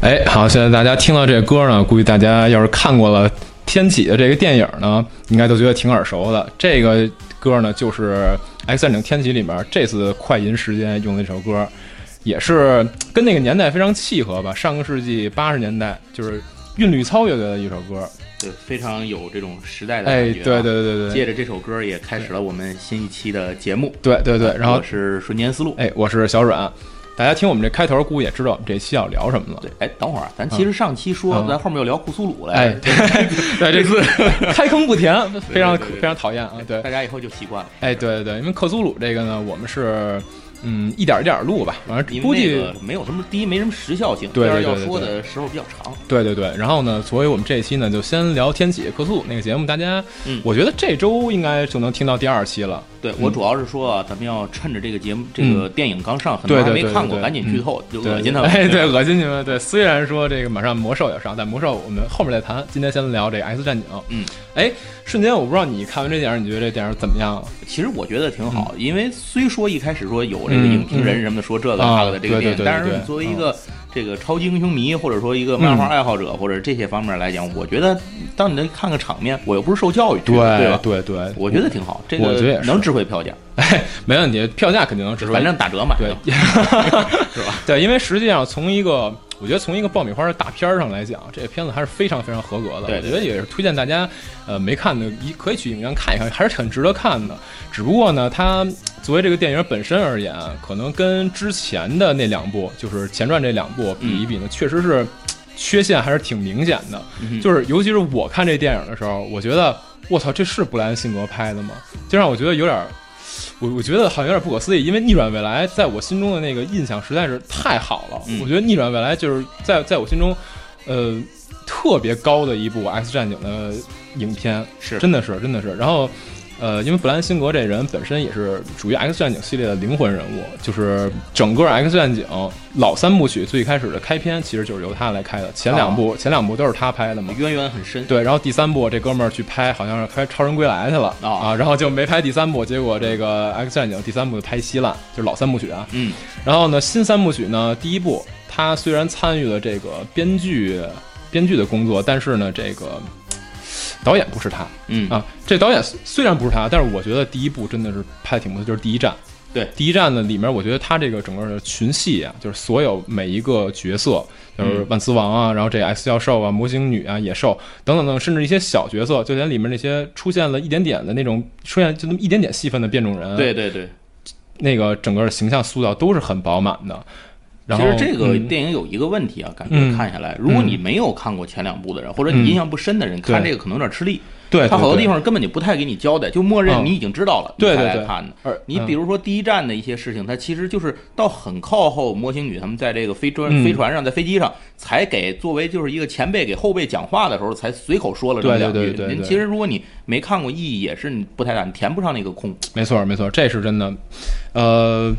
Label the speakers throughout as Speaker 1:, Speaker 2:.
Speaker 1: 哎好，现在大家听到这歌呢，估计大家要是看过了《天启》的这个电影呢，应该都觉得挺耳熟的。这个歌呢，就是《X 战警：天启》里面这次快银时间用的这首歌，也是跟那个年代非常契合吧。上个世纪八十年代，就是韵律操乐队的一首歌。
Speaker 2: 对，非常有这种时代的
Speaker 1: 哎，
Speaker 2: 感觉、啊
Speaker 1: 对对对对对
Speaker 2: 借着这首歌也开始了我们新一期的节目。
Speaker 1: 对对对。然后
Speaker 2: 我是瞬间思路。
Speaker 1: 哎，我是小阮，大家听我们这开头，估计也知道我们这期要聊什么了。
Speaker 2: 对，哎，等会儿，咱其实上期说、
Speaker 1: 嗯
Speaker 2: 咱后面又聊库苏鲁了，
Speaker 1: 哎， 对，对这次开坑不填，非常
Speaker 2: 对对对
Speaker 1: 非常讨厌啊！对，
Speaker 2: 大家以后就习惯了。
Speaker 1: 哎，对对对，因为克苏鲁这个呢，我们是嗯一点一点录吧，反正
Speaker 2: 因
Speaker 1: 估
Speaker 2: 为
Speaker 1: 计、
Speaker 2: 那个没有什么，第一没什么时效性，
Speaker 1: 对
Speaker 2: 第二
Speaker 1: 对对
Speaker 2: 要
Speaker 1: 对
Speaker 2: 说
Speaker 1: 对
Speaker 2: 的时候比较长。
Speaker 1: 对对对，然后呢，所以我们这期呢就先聊天启克苏鲁那个节目，大家、
Speaker 2: 嗯
Speaker 1: 我觉得这周应该就能听到第二期了。
Speaker 2: 对我主要是说啊，咱们要趁着这个节目，这个电影刚上，
Speaker 1: 嗯
Speaker 2: 很
Speaker 1: 对
Speaker 2: 多还
Speaker 1: 对
Speaker 2: 没
Speaker 1: 对
Speaker 2: 看
Speaker 1: 对
Speaker 2: 过，
Speaker 1: 对
Speaker 2: 赶紧剧透，就
Speaker 1: 对
Speaker 2: 恶心他 们。
Speaker 1: 哎， 对，
Speaker 2: 吧，
Speaker 1: 恶心你们。对，虽然说这个马上魔兽也上，但魔兽我们后面再谈。今天先聊这个 X 战警。
Speaker 2: 嗯，
Speaker 1: 哎，瞬间我不知道你看完这电影，你觉得这电影怎么样？
Speaker 2: 其实我觉得挺好，因为虽说一开始说有这个
Speaker 1: 嗯
Speaker 2: 影评人什么的说这个
Speaker 1: 啊
Speaker 2: 那个的这
Speaker 1: 对
Speaker 2: 个电影
Speaker 1: 对，对
Speaker 2: 但
Speaker 1: 对
Speaker 2: 是
Speaker 1: 对嗯
Speaker 2: 作为一个这个超级英雄迷，或者说一个漫画爱好者，或者这些方面来讲，我觉得当你在看个场面，我又不是受教育去的，对吧？
Speaker 1: 对对，
Speaker 2: 我觉得挺好，这
Speaker 1: 我觉得
Speaker 2: 个
Speaker 1: 也是
Speaker 2: 能值回票价，
Speaker 1: 哎，没问题，票价肯定能值回。
Speaker 2: 反正打折买
Speaker 1: 对
Speaker 2: 的。，是吧？
Speaker 1: 对，因为实际上从一个，我觉得从一个爆米花的大片儿上来讲，这片子还是非常非常合格的。
Speaker 2: 对
Speaker 1: 我觉得也是推荐大家，呃，没看的一可以去影院看一看，还是很值得看的。只不过呢，它作为这个电影本身而言，啊可能跟之前的那两部，就是前传这两部比一比呢，确实是缺陷还是挺明显的。
Speaker 2: 嗯
Speaker 1: 就是尤其是我看这电影的时候，我觉得我操，这是布莱恩辛格拍的吗？就让我觉得有点儿，我我觉得好像有点不可思议，因为《逆转未来》在我心中的那个印象实在是太好了。
Speaker 2: 嗯
Speaker 1: 我觉得《逆转未来》就是在在我心中，呃，特别高的一部 X 战警的影片，
Speaker 2: 是
Speaker 1: 真的是真的是。然后。呃，因为布莱恩辛格这人本身也是属于 X 战警系列的灵魂人物，就是整个 X 战警老三部曲最开始的开篇其实就是由他来开的，前两部、前两部都是他拍的嘛。
Speaker 2: 渊源很深。
Speaker 1: 对，然后第三部这哥们儿去拍，好像是拍《超人归来》去了、
Speaker 2: 啊
Speaker 1: 啊，然后就没拍第三部，结果这个《X 战警》第三部就拍稀烂，就是老三部曲啊。
Speaker 2: 嗯，
Speaker 1: 然后呢，新三部曲呢，第一部他虽然参与了这个编剧编剧的工作，但是呢，这个导演不是他
Speaker 2: 嗯
Speaker 1: 啊。这导演虽虽然不是他，但是我觉得第一部真的是拍的挺不错，就是第一站。
Speaker 2: 对
Speaker 1: 第一站呢，里面我觉得他这个整个的群戏啊，就是所有每一个角色，
Speaker 2: 嗯
Speaker 1: 就是万磁王啊，然后这 X 教授啊、魔形女啊、野兽等等等，甚至一些小角色，就连里面那些出现了一点点的那种出现就那么一点点戏份的变种人，
Speaker 2: 对对对。
Speaker 1: 那个整个形象塑造都是很饱满的。然
Speaker 2: 其
Speaker 1: 后
Speaker 2: 实这个
Speaker 1: 嗯
Speaker 2: 电影有一个问题啊，感
Speaker 1: 嗯
Speaker 2: 觉看下来，如果你没有看过前两部的人，或者你印象不深的人，看这个可能有点吃力。
Speaker 1: 对对
Speaker 2: 他好多
Speaker 1: 对嗯
Speaker 2: 地方根本就不太给你交代，就默认你已经知道了，
Speaker 1: 对
Speaker 2: 你才
Speaker 1: 对
Speaker 2: 来
Speaker 1: 对
Speaker 2: 看的。
Speaker 1: 而嗯
Speaker 2: 你比
Speaker 1: 如
Speaker 2: 如说第一站的一些事情，它其实就是到很靠后，模型女他们在这个飞船、
Speaker 1: 嗯
Speaker 2: 飞船上，在飞机上才给作为就是一个前辈给后辈讲话的时候，才随口说了这么
Speaker 1: 对
Speaker 2: 两句。
Speaker 1: 对对对
Speaker 2: 您
Speaker 1: 对
Speaker 2: 其实如果你没看过，意义也是你不太大，你填不上那个空。
Speaker 1: 没错没错，这是真的，呃。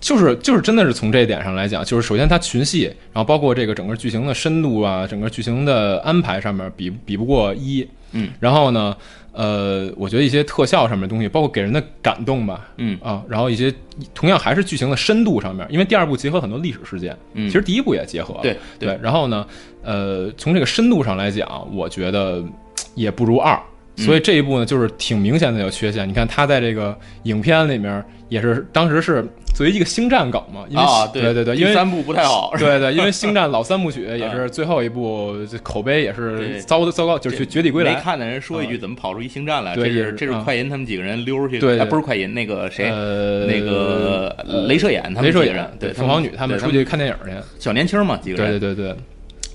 Speaker 1: 就是就是真的是从这一点上来讲，就是首先它群戏，然后包括这个整个剧情的深度啊，整个剧情的安排上面比比不过一，
Speaker 2: 嗯，
Speaker 1: 然后呢，呃，我觉得一些特效上面的东西，包括给人的感动吧，
Speaker 2: 嗯
Speaker 1: 啊，然后一些同样还是剧情的深度上面，因为第二部结合很多历史事件，
Speaker 2: 嗯
Speaker 1: 其实第一部也结合了，
Speaker 2: 对对
Speaker 1: 对，然后呢，呃，从这个深度上来讲，我觉得嘖也不如二，
Speaker 2: 嗯
Speaker 1: 所以这一部呢，就是挺明显的有缺陷。你看他在这个影片里面也是当时是作为一个星战梗嘛，因为、
Speaker 2: 啊，
Speaker 1: 对对对，因
Speaker 2: 第
Speaker 1: 为
Speaker 2: 三部不太好。
Speaker 1: 对对，因为《星战》老三部曲也 是最后一部，这口碑也
Speaker 2: 对
Speaker 1: 是糟的糟糕，就是
Speaker 2: 这
Speaker 1: 绝绝底归来
Speaker 2: 没。看的人说一句，怎么跑出一星战来？
Speaker 1: 对
Speaker 2: 这
Speaker 1: 也
Speaker 2: 是
Speaker 1: 是
Speaker 2: 这是
Speaker 1: 啊
Speaker 2: 快银他们几个人溜出去，
Speaker 1: 对
Speaker 2: 哎
Speaker 1: 对
Speaker 2: 不是快银，那个谁，
Speaker 1: 呃，
Speaker 2: 那个镭射眼他们
Speaker 1: 雷
Speaker 2: 几
Speaker 1: 射
Speaker 2: 个
Speaker 1: 眼
Speaker 2: 人，，对，
Speaker 1: 凤凰女他们
Speaker 2: 对
Speaker 1: 出去看电影去。
Speaker 2: 小年轻嘛，几个人，
Speaker 1: 对对对对。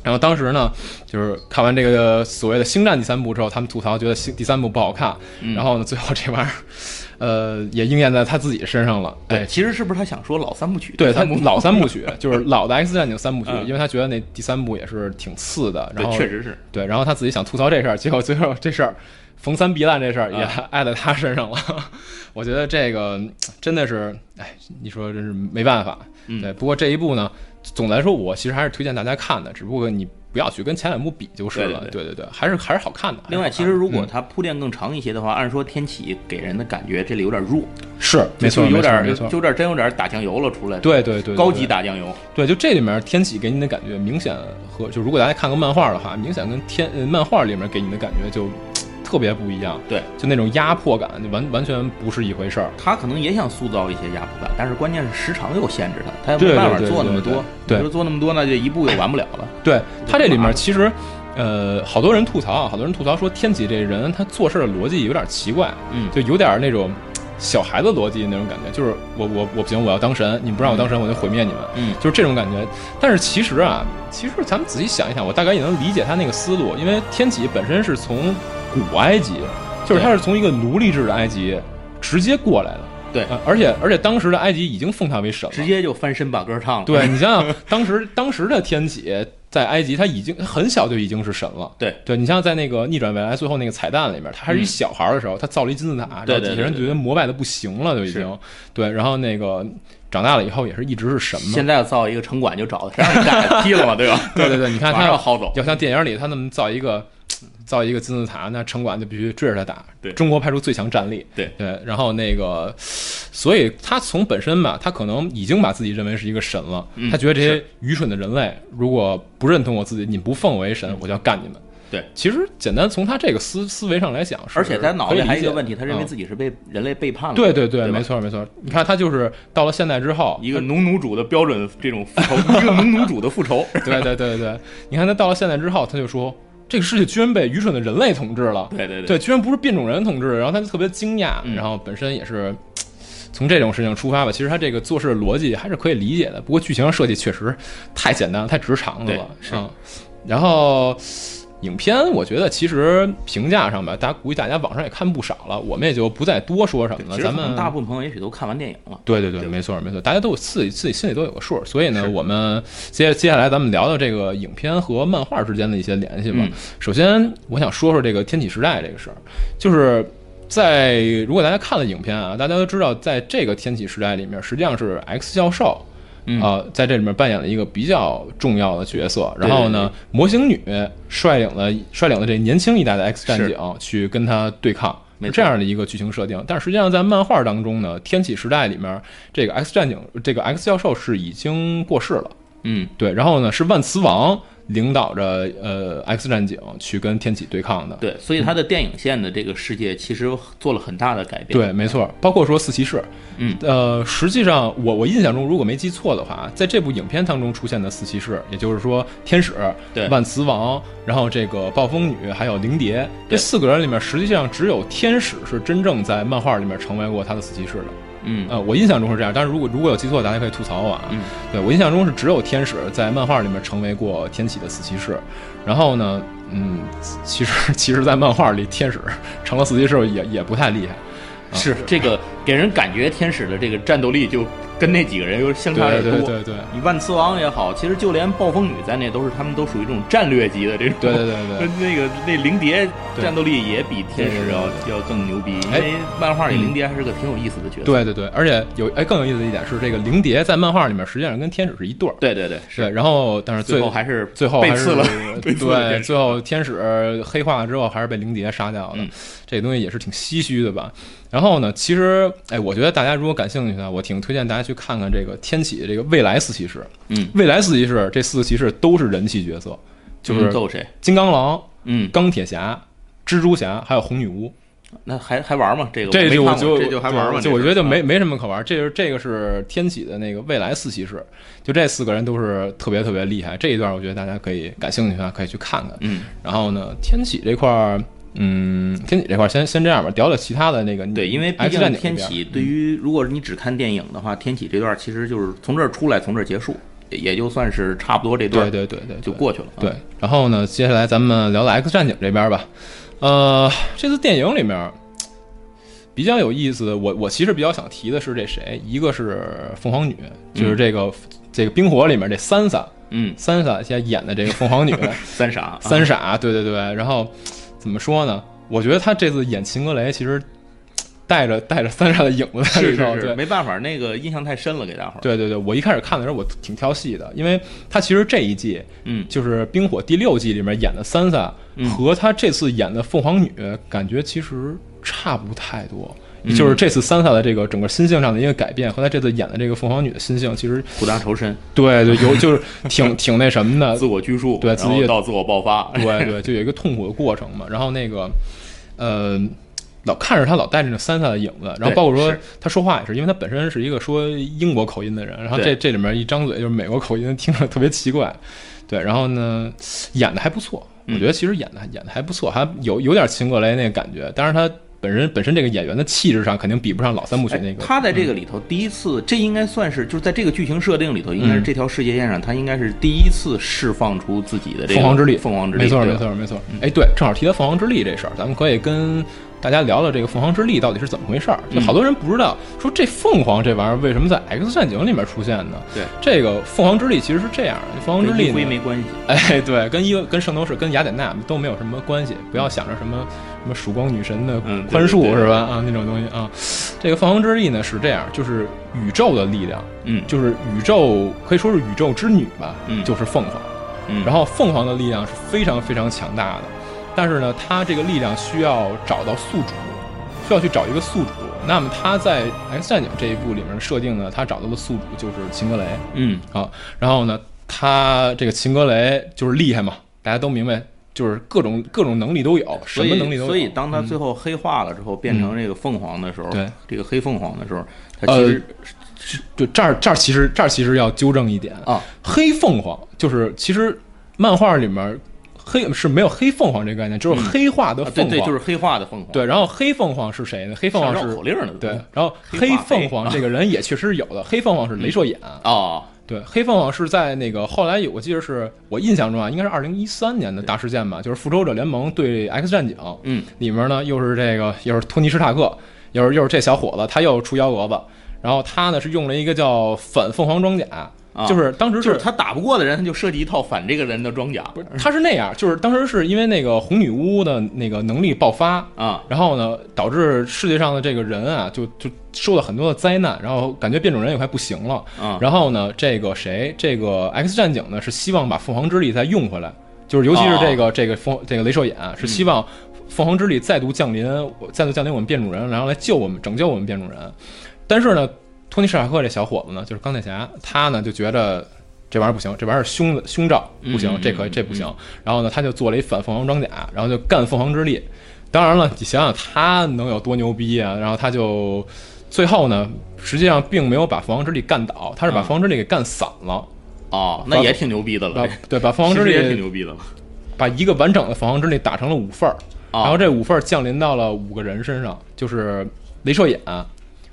Speaker 1: 然后当时呢，就是看完这个所谓的《星战》第三部之后，他们吐槽觉得星第三部不好看。
Speaker 2: 嗯
Speaker 1: 然后呢，最后这玩意儿，呃，也应验在他自己身上了。
Speaker 2: 对，
Speaker 1: 哎，
Speaker 2: 其实是不是他想说老三部曲？
Speaker 1: 对他
Speaker 2: 三部
Speaker 1: 老三部曲，就是老的《X 战警》三部曲，
Speaker 2: 嗯
Speaker 1: 因为他觉得那第三部也是挺次的。然
Speaker 2: 对，
Speaker 1: 后
Speaker 2: 确实是。
Speaker 1: 对，然后他自己想吐槽这事儿，结果最后这事儿逢三必烂这事儿也
Speaker 2: 啊
Speaker 1: 挨在他身上了。 我觉得这个嗯真的是，哎，你说真是没办法。
Speaker 2: 嗯
Speaker 1: 对，不过这一部呢，总的来说我其实还是推荐大家看的，只不过你不要去跟前两部比就是了。
Speaker 2: 对
Speaker 1: 对对对，还是还是好看的。
Speaker 2: 另
Speaker 1: 还是
Speaker 2: 外，
Speaker 1: 好
Speaker 2: 其
Speaker 1: 看
Speaker 2: 实
Speaker 1: 的
Speaker 2: 如果
Speaker 1: 嗯
Speaker 2: 它铺垫更长一些的话，按说天启给人的感觉这里有点弱，
Speaker 1: 是没错，
Speaker 2: 就
Speaker 1: 没
Speaker 2: 有
Speaker 1: 错
Speaker 2: 点
Speaker 1: 没
Speaker 2: 就
Speaker 1: 错，
Speaker 2: 有点真有点打酱油了出来，
Speaker 1: 对对对，对
Speaker 2: 高级
Speaker 1: 对
Speaker 2: 打酱油，
Speaker 1: 对，就这里面天启给你的感觉明显和就如果大家看过漫画的话，明显跟天呃漫画里面给你的感觉就特别不一样，
Speaker 2: 对。
Speaker 1: 就那种压迫感，就完完全不是一回事儿。
Speaker 2: 他可能也想塑造一些压迫感，但是关键是时长又限制他，他也
Speaker 1: 对
Speaker 2: 没办法
Speaker 1: 对对
Speaker 2: 做那么
Speaker 1: 对对
Speaker 2: 多。
Speaker 1: 对
Speaker 2: 你说做那么多，那就一部也完不了了。
Speaker 1: 对他这里面
Speaker 2: 麻烦
Speaker 1: 其实，呃，好多人吐槽啊，好多人吐槽说天启这人他做事的逻辑有点奇怪，
Speaker 2: 嗯，
Speaker 1: 就有点那种小孩子逻辑那种感觉，就是我我我不行，我要当神，你不让我当神，我就毁灭你们，
Speaker 2: 嗯
Speaker 1: 就是这种感觉。但是其实啊，其实咱们仔细想一想，我大概也能理解他那个思路，因为天启本身是从古埃及，就是他是从一个奴隶制的埃及直接过来的，
Speaker 2: 对
Speaker 1: 呃而且而且当时的埃及已经奉他为神了，
Speaker 2: 直接就翻身把歌唱了。
Speaker 1: 对你想想，当时当时的天启在埃及，他已经他很小就已经是神了。
Speaker 2: 对
Speaker 1: 对，你像在那个逆转未来最后那个彩蛋里面，他还是一
Speaker 2: 嗯
Speaker 1: 小孩儿的时候，他造了一金字塔，
Speaker 2: 对
Speaker 1: 然后
Speaker 2: 对
Speaker 1: 底下
Speaker 2: 对
Speaker 1: 人
Speaker 2: 对
Speaker 1: 觉得膜拜的不行了，就已经。对，然后那个长大了以后也是一直是神嘛。
Speaker 2: 现在造一个城管就找谁让你干的踢了嘛，对吧？
Speaker 1: 对对对，你看
Speaker 2: 马
Speaker 1: 他
Speaker 2: 上
Speaker 1: 要
Speaker 2: 薅走。
Speaker 1: 要像电影里他那么造一个造一个金字塔，那城管就必须追着他打。
Speaker 2: 对
Speaker 1: 中国派出最强战力。
Speaker 2: 对
Speaker 1: 对，然后那个，所以他从本身吧，他可能已经把自己认为是一个神了。
Speaker 2: 嗯
Speaker 1: 他觉得这些
Speaker 2: 是
Speaker 1: 愚蠢的人类如果不认同我自己，你不奉为神，我就要干你们。
Speaker 2: 嗯对，
Speaker 1: 其实简单从他这个思思维上来讲是，
Speaker 2: 而且他脑子里还有一个问题，他认为
Speaker 1: 己、
Speaker 2: 自己是被人类背叛
Speaker 1: 嗯
Speaker 2: 了。
Speaker 1: 对对对，
Speaker 2: 对吧
Speaker 1: 没错没错。你看他就是到了现代之后，
Speaker 2: 一个农奴主的标准这种复 仇，一个农奴主的复仇。
Speaker 1: 对对对对对，你看他到了现在之后，他就说这个世界居然被愚蠢的人类统治了，
Speaker 2: 对对对
Speaker 1: 对，居然不是变种人统治，然后他就特别惊讶，
Speaker 2: 嗯
Speaker 1: 然后本身也是。嘖从这种事情出发吧，其实他这个做事逻辑还是可以理解的。不过剧情设计确实太简单了，太直肠子
Speaker 2: 对
Speaker 1: 了。
Speaker 2: 是
Speaker 1: 嗯然后影片，我觉得其实评价上吧，大家估计大家网上也看不少了，我们也就不再多说什么了。
Speaker 2: 其实可
Speaker 1: 咱
Speaker 2: 能
Speaker 1: 们
Speaker 2: 大部分朋友也许都看完电影了。
Speaker 1: 对对对，
Speaker 2: 对吧
Speaker 1: 没错没错，大家都有自己自己心里都有个数儿，所以呢
Speaker 2: 是，
Speaker 1: 我们接接下来咱们聊聊这个影片和漫画之间的一些联系吧。
Speaker 2: 嗯
Speaker 1: 首先，我想说说这个天启时代这个事儿，就是在如果大家看了影片啊，大家都知道，在这个天启时代里面，实际上是 X 教授。
Speaker 2: 嗯
Speaker 1: 呃，在这里面扮演了一个比较重要的角色，然后
Speaker 2: 对对
Speaker 1: 呢，模型女率领了率领了这年轻一代的 X 战警去跟他对抗，
Speaker 2: 没
Speaker 1: 是
Speaker 2: 错
Speaker 1: 这样的一个剧情设定。但实际上，在漫画当中呢，天启时代里面，这个 X 战警，这个 X 教授是已经过世了，
Speaker 2: 嗯，
Speaker 1: 对。然后呢，是万磁王领导着呃 X 战警去跟天启对抗的，
Speaker 2: 对，所以他的电影线的这个世界其实做了很大的改变。
Speaker 1: 对，没错。包括说四骑士，
Speaker 2: 嗯，
Speaker 1: 呃，实际上我我印象中，如果没记错的话，在这部影片当中出现的四骑士，也就是说天使、
Speaker 2: 对
Speaker 1: 万磁王，然后这个暴风女还有灵蝶这
Speaker 2: 对
Speaker 1: 四个人里面，实际上只有天使是真正在漫画里面成为过他的四骑士的。
Speaker 2: 嗯
Speaker 1: 呃，我印象中是这样，但是如果如果有记错，大家可以吐槽我啊。
Speaker 2: 嗯
Speaker 1: 对我印象中是只有天使在漫画里面成为过天启的四骑士，然后呢，嗯，其实其实，在漫画里天使成了四骑士也也不太厉害。啊
Speaker 2: 是这个给人感觉天使的这个战斗力就跟那几个人又相差
Speaker 1: 对
Speaker 2: 有点
Speaker 1: 对
Speaker 2: 多。
Speaker 1: 对对
Speaker 2: 你万磁王也好，其实就连暴风女在内都是他们都属于这种战略级的这种。
Speaker 1: 对对对对。
Speaker 2: 跟那个那灵蝶
Speaker 1: 对
Speaker 2: 战斗力也比天
Speaker 1: 对对
Speaker 2: 使
Speaker 1: 对
Speaker 2: 要
Speaker 1: 对
Speaker 2: 要更牛逼，因
Speaker 1: 哎
Speaker 2: 为漫画里
Speaker 1: 嗯
Speaker 2: 灵蝶还是个挺有意思的角色。
Speaker 1: 对对对，而且有哎更有意思的一点是，这个灵蝶在漫画里面实际上跟天使是一对儿，
Speaker 2: 对对对，
Speaker 1: 对，
Speaker 2: 是
Speaker 1: 然后但是
Speaker 2: 最
Speaker 1: 最
Speaker 2: 后还是
Speaker 1: 最后
Speaker 2: 被
Speaker 1: 还是
Speaker 2: 刺了，被刺了
Speaker 1: 对，
Speaker 2: 天使
Speaker 1: 最后天使黑化了之后还是被灵蝶杀掉的，
Speaker 2: 嗯
Speaker 1: 这个东西也是挺唏嘘的吧。然后呢，其实哎，我觉得大家如果感兴趣的话，我挺推荐大家去看看这个天启这个未来四骑士，
Speaker 2: 嗯，
Speaker 1: 未来四骑士这四个骑士都是人气角色，就
Speaker 2: 嗯
Speaker 1: 是
Speaker 2: 揍谁？
Speaker 1: 金刚狼、
Speaker 2: 嗯，
Speaker 1: 钢铁侠、蜘蛛侠还有红女巫。
Speaker 2: 那还还玩吗？这个
Speaker 1: 这
Speaker 2: 没
Speaker 1: 就
Speaker 2: 看
Speaker 1: 我就
Speaker 2: 过这就还玩吗？
Speaker 1: 就我觉得就
Speaker 2: 这事儿啊
Speaker 1: 没没什么可玩。这就是这个是天启的那个未来四骑士，就这四个人都是特别特别厉害。这一段我觉得大家可以感兴趣的话可以去看看。
Speaker 2: 嗯，
Speaker 1: 然后呢，天启这块儿，嗯，天启这块儿先先这样吧，聊聊其他的那个
Speaker 2: 对，因为毕
Speaker 1: X 战
Speaker 2: 竟
Speaker 1: 警
Speaker 2: 天
Speaker 1: 这边
Speaker 2: 启
Speaker 1: 嗯
Speaker 2: 对于如果是你只看电影的话，天启这段其实就是从这儿出来，从这儿结束，也也就算是差不多这段
Speaker 1: 对对对对对
Speaker 2: 就过去了。啊
Speaker 1: 啊对，然后呢，接下来咱们聊聊 X 战警这边吧。呃，这次电影里面比较有意思的，我我其实比较想提的是这谁，一个是凤凰女，就是这个、这个冰火里面这三三，
Speaker 2: 嗯，
Speaker 1: 三傻现在演的这个凤凰 女，
Speaker 2: 三傻啊，
Speaker 1: 三傻，对对对。然后怎么说呢？我觉得她这次演秦格雷，其实带着带着三杀的影子在
Speaker 2: 是
Speaker 1: 里头，
Speaker 2: 是是，
Speaker 1: 对。
Speaker 2: 没办法，那个印象太深了，给大伙儿。，
Speaker 1: 对对对，我一开始看的时候我挺挑戏的，因为他其实这一季
Speaker 2: 嗯，
Speaker 1: 就是《冰火》第六季里面演的三萨、
Speaker 2: 嗯
Speaker 1: 和他这次演的凤凰女，感觉其实差不太多。
Speaker 2: 嗯
Speaker 1: 就是这次三萨的这个整个心性上的一个改变，和他这次演的这个凤凰女的心性，其实
Speaker 2: 苦大仇深，
Speaker 1: 对对有就是挺挺那什么 的
Speaker 2: 自，我拘束，
Speaker 1: 对自
Speaker 2: 然
Speaker 1: 己
Speaker 2: 后
Speaker 1: 也
Speaker 2: 到自我爆发。
Speaker 1: 对对，就有一个痛苦的过程嘛。然后那个，呃，老看着他老带着那三萨的影子，然后
Speaker 2: 对
Speaker 1: 包括说
Speaker 2: 是
Speaker 1: 他说话也是，因为他本身是一个说英国口音的人，然后这
Speaker 2: 对
Speaker 1: 这里面一张嘴就是美国口音，听着特别奇怪。对，然后呢，演的还不错，我
Speaker 2: 嗯
Speaker 1: 觉得其实演的演的还不错，还有有点秦格雷那个感觉，但是他本身本身这个演员的气质上肯定比不上老三部曲
Speaker 2: 哎
Speaker 1: 那个。
Speaker 2: 他在这个里头第一次，这应该算是就是在这个剧情设定里头，应该是
Speaker 1: 嗯
Speaker 2: 这条世界线上，他应该是第一次释放出自己的这个
Speaker 1: 凤凰之力，
Speaker 2: 凤凰之力，
Speaker 1: 没错，没
Speaker 2: 对吧。
Speaker 1: 错，没错。哎，对，正好提到凤凰之力这事儿，咱们可以跟大家聊聊这个凤凰之力到底是怎么回事儿。就
Speaker 2: 嗯
Speaker 1: 好多人不知道，说这凤凰这玩意儿为什么在 X 战警里面出现呢？
Speaker 2: 对，
Speaker 1: 这个凤凰之力其实是这样的，凤凰之
Speaker 2: 跟
Speaker 1: 力
Speaker 2: 一
Speaker 1: 呢
Speaker 2: 辉没关系，
Speaker 1: 哎，对，跟伊跟圣斗士、跟雅典娜都没有什么关系，不要想着什么什么曙光女神的
Speaker 2: 嗯对
Speaker 1: 宽恕、
Speaker 2: 对对
Speaker 1: 是吧？啊，那种东西啊，这个凤凰之力呢是这样，就是宇宙的力量，
Speaker 2: 嗯，
Speaker 1: 就是宇宙可以说是宇宙之女吧，
Speaker 2: 嗯
Speaker 1: 就是凤凰。
Speaker 2: 嗯
Speaker 1: 然后凤凰的力量是非常非常强大的，但是呢，它这个力量需要找到宿主，需要去找一个宿主。那么它在《X 战警》这一部里面的设定呢，它找到的宿主就是秦格雷
Speaker 2: 嗯
Speaker 1: 啊。然后呢，他这个秦格雷就是厉害嘛，大家都明白，就是各种各种能力都有，什
Speaker 2: 所
Speaker 1: 么
Speaker 2: 以
Speaker 1: 能力都有。嗯
Speaker 2: 所以当他最后黑化了之后，变成这个凤凰的时候，
Speaker 1: 对呃
Speaker 2: 这个黑凤凰的时候，他其实
Speaker 1: 对这儿这儿其实这儿其实要纠正一点，
Speaker 2: 啊，
Speaker 1: 黑凤凰就是其实漫画里面黑是没有黑凤凰这个概念，就是黑化的
Speaker 2: 啊
Speaker 1: 凤凰。
Speaker 2: 对对，就是黑化的凤凰，
Speaker 1: 对，然后黑凤凰是谁呢？黑凤凰
Speaker 2: 像
Speaker 1: 是
Speaker 2: 绕口令呢
Speaker 1: 对
Speaker 2: 嗯，
Speaker 1: 然后
Speaker 2: 黑啊
Speaker 1: 黑
Speaker 2: 化
Speaker 1: 凤
Speaker 2: 肥
Speaker 1: 凰这个人也确实是有的。黑凤凰是镭射眼，
Speaker 2: 哦，
Speaker 1: 对，黑凤凰是在那个后来有，我记得是我印象中啊，应该是二零一三年的大事件吧，就是复仇者联盟对 X 战警，
Speaker 2: 嗯，
Speaker 1: 里面呢又是这个又是托尼史塔克，又是又是这小伙子，他又出幺蛾子，然后他呢是用了一个叫反凤凰装甲，
Speaker 2: 啊
Speaker 1: 就是当时
Speaker 2: 就是他打不过的人，他就设计一套反这个人的装甲
Speaker 1: 不是他是那样，就是当时是因为那个红女巫的那个能力爆发，
Speaker 2: 啊，
Speaker 1: 然后呢，导致世界上的这个人啊，就就受了很多的灾难，然后感觉变种人也快不行了。
Speaker 2: 啊
Speaker 1: 然后呢，这个谁，这个 X 战警呢，是希望把凤凰之力再用回来，就是尤其是这个、
Speaker 2: 啊
Speaker 1: 这个凤这个镭射眼，啊
Speaker 2: 嗯
Speaker 1: 是希望凤凰之力再度降临，我再度降临我们变种人，然后来救我们，拯救我们变种人。但是呢，托尼·史塔克这小伙子呢，就是钢铁侠，他呢就觉得这玩意儿不行，这玩意儿是胸胸罩不行
Speaker 2: 嗯，
Speaker 1: 这可以
Speaker 2: 嗯
Speaker 1: 这不行。然后呢，他就做了一反凤凰装甲，然后就干凤凰之力。当然了，你想想他能有多牛逼啊！然后他就最后呢，实际上并没有把凤凰之力干倒，他是把
Speaker 2: 嗯
Speaker 1: 凤凰之力给干散了，
Speaker 2: 哦，那也挺牛逼的
Speaker 1: 把
Speaker 2: 了，
Speaker 1: 对把凤凰
Speaker 2: 其
Speaker 1: 之
Speaker 2: 实也挺
Speaker 1: 力
Speaker 2: 牛逼的了，
Speaker 1: 把一个完整的凤凰之力打成了五份儿，
Speaker 2: 啊
Speaker 1: 然后这五份儿降临到了五个人身上，就是镭射眼，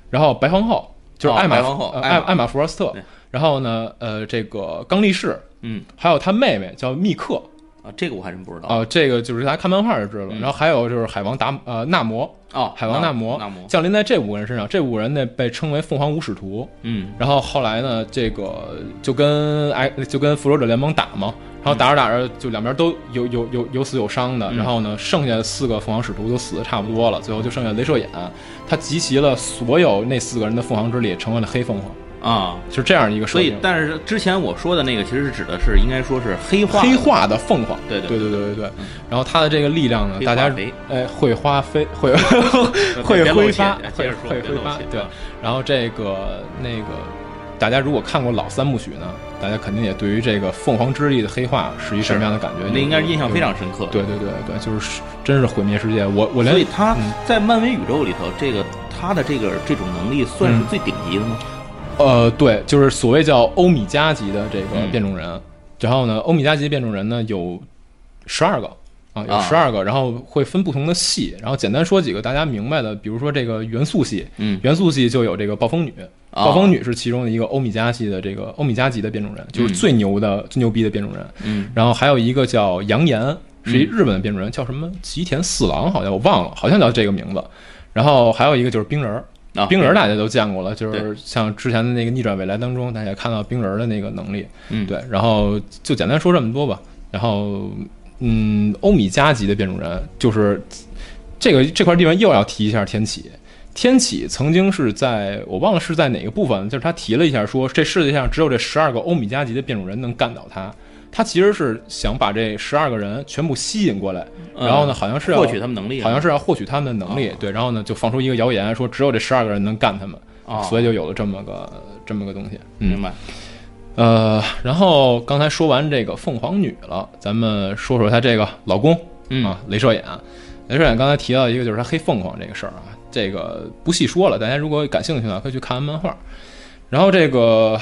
Speaker 1: 然后白皇后，就是
Speaker 2: 哦
Speaker 1: 艾玛、
Speaker 2: 白皇后
Speaker 1: 呃
Speaker 2: 艾
Speaker 1: 艾
Speaker 2: 玛
Speaker 1: 艾玛福罗斯特
Speaker 2: 对，
Speaker 1: 然后呢，呃，这个刚力士，
Speaker 2: 嗯
Speaker 1: 还有他妹妹叫密克，
Speaker 2: 啊，这个我还真不知道
Speaker 1: 啊、这个就是大家看漫画就知道了。
Speaker 2: 嗯
Speaker 1: 然后还有就是海王达呃纳摩，
Speaker 2: 哦，
Speaker 1: 海王纳摩
Speaker 2: 纳摩，
Speaker 1: 降临在这五个人身上，这五个人呢被称为凤凰五使徒。
Speaker 2: 嗯
Speaker 1: 然后后来呢，这个就跟哎就跟复仇者联盟打嘛，然后打着打着就两边都有有有有死有伤的，
Speaker 2: 嗯
Speaker 1: 然后呢，剩下四个凤凰使徒都死的差不多了，最后就剩下镭射眼，他集齐了所有那四个人的凤凰之力，成为了黑凤凰，
Speaker 2: 啊，
Speaker 1: 就是这样一个设
Speaker 2: 所以
Speaker 1: 定。
Speaker 2: 但是之前我说的那个其实是指的是应该说是黑化的
Speaker 1: 黑化的凤凰，
Speaker 2: 对
Speaker 1: 对对
Speaker 2: 对
Speaker 1: 对对对。然后它的这个力量呢，
Speaker 2: 黑化
Speaker 1: 大家
Speaker 2: 肥
Speaker 1: 哎会花飞会会
Speaker 2: 呃别
Speaker 1: 挥
Speaker 2: 露怯
Speaker 1: 发，
Speaker 2: 接
Speaker 1: 会
Speaker 2: 着说
Speaker 1: 会
Speaker 2: 别
Speaker 1: 挥
Speaker 2: 露
Speaker 1: 发
Speaker 2: 怯。
Speaker 1: 对
Speaker 2: 啊，
Speaker 1: 然后这个那个，大家如果看过老三部曲呢，大家肯定也对于这个凤凰之力的黑化是一什么样的感觉？
Speaker 2: 那应该是印象非
Speaker 1: 常
Speaker 2: 常深刻。
Speaker 1: 对对对对，就是真是毁灭世界。我我
Speaker 2: 所以
Speaker 1: 连
Speaker 2: 他
Speaker 1: 嗯
Speaker 2: 在漫威宇宙里头，这个他的这个这种能力算
Speaker 1: 嗯
Speaker 2: 是最顶级的吗？
Speaker 1: 呃对，就是所谓叫欧米伽级的这个
Speaker 2: 嗯
Speaker 1: 变种人，然后呢，欧米伽级变种人呢有十二个啊，有
Speaker 2: 啊
Speaker 1: 十二个，然后会分不同的系，然后简单说几个大家明白的，比如说这个元素系，
Speaker 2: 嗯
Speaker 1: 元素系就有这个暴风女，
Speaker 2: 啊
Speaker 1: 暴风女是其中的一个欧米伽系的这个欧米伽级的变种人，就是最牛的、最牛逼的变种人。
Speaker 2: 嗯
Speaker 1: 然后还有一个叫杨岩，是一日本的变种人，叫什么吉田四郎，好像我忘了，好像叫这个名字。然后还有一个就是冰人儿，
Speaker 2: 啊，
Speaker 1: 冰人儿大家都见过了，就是
Speaker 2: 对
Speaker 1: 像之前的那个逆转未来当中，大家也看到冰人儿的那个能力。
Speaker 2: 嗯
Speaker 1: 对，然后就简单说这么多吧。然后，嗯，欧米伽级的变种人就是这个这块地方又要提一下天启。天启曾经是在我忘了是在哪个部分，就是他提了一下说，这世界上只有这十二个欧米茄级的变种人能干倒他。他其实是想把这十二个人全部吸引过来，
Speaker 2: 嗯
Speaker 1: 然后呢，好像是要
Speaker 2: 获取他们能力，
Speaker 1: 好像是要获取他们的能力，
Speaker 2: 哦
Speaker 1: 对，然后呢就放出一个谣言说只有这十二个人能干他们，
Speaker 2: 啊，
Speaker 1: 所
Speaker 2: 以
Speaker 1: 以就有了这么个这么个东西。嗯
Speaker 2: 明，白，
Speaker 1: 呃，然后刚才说完这个凤凰女了，咱们说说她这个老公
Speaker 2: 嗯
Speaker 1: 啊，镭射眼。镭射眼刚才提到一个就是他黑凤凰这个事儿啊，这个不细说了，大家如果感兴趣的话可以去看看漫画。然后这个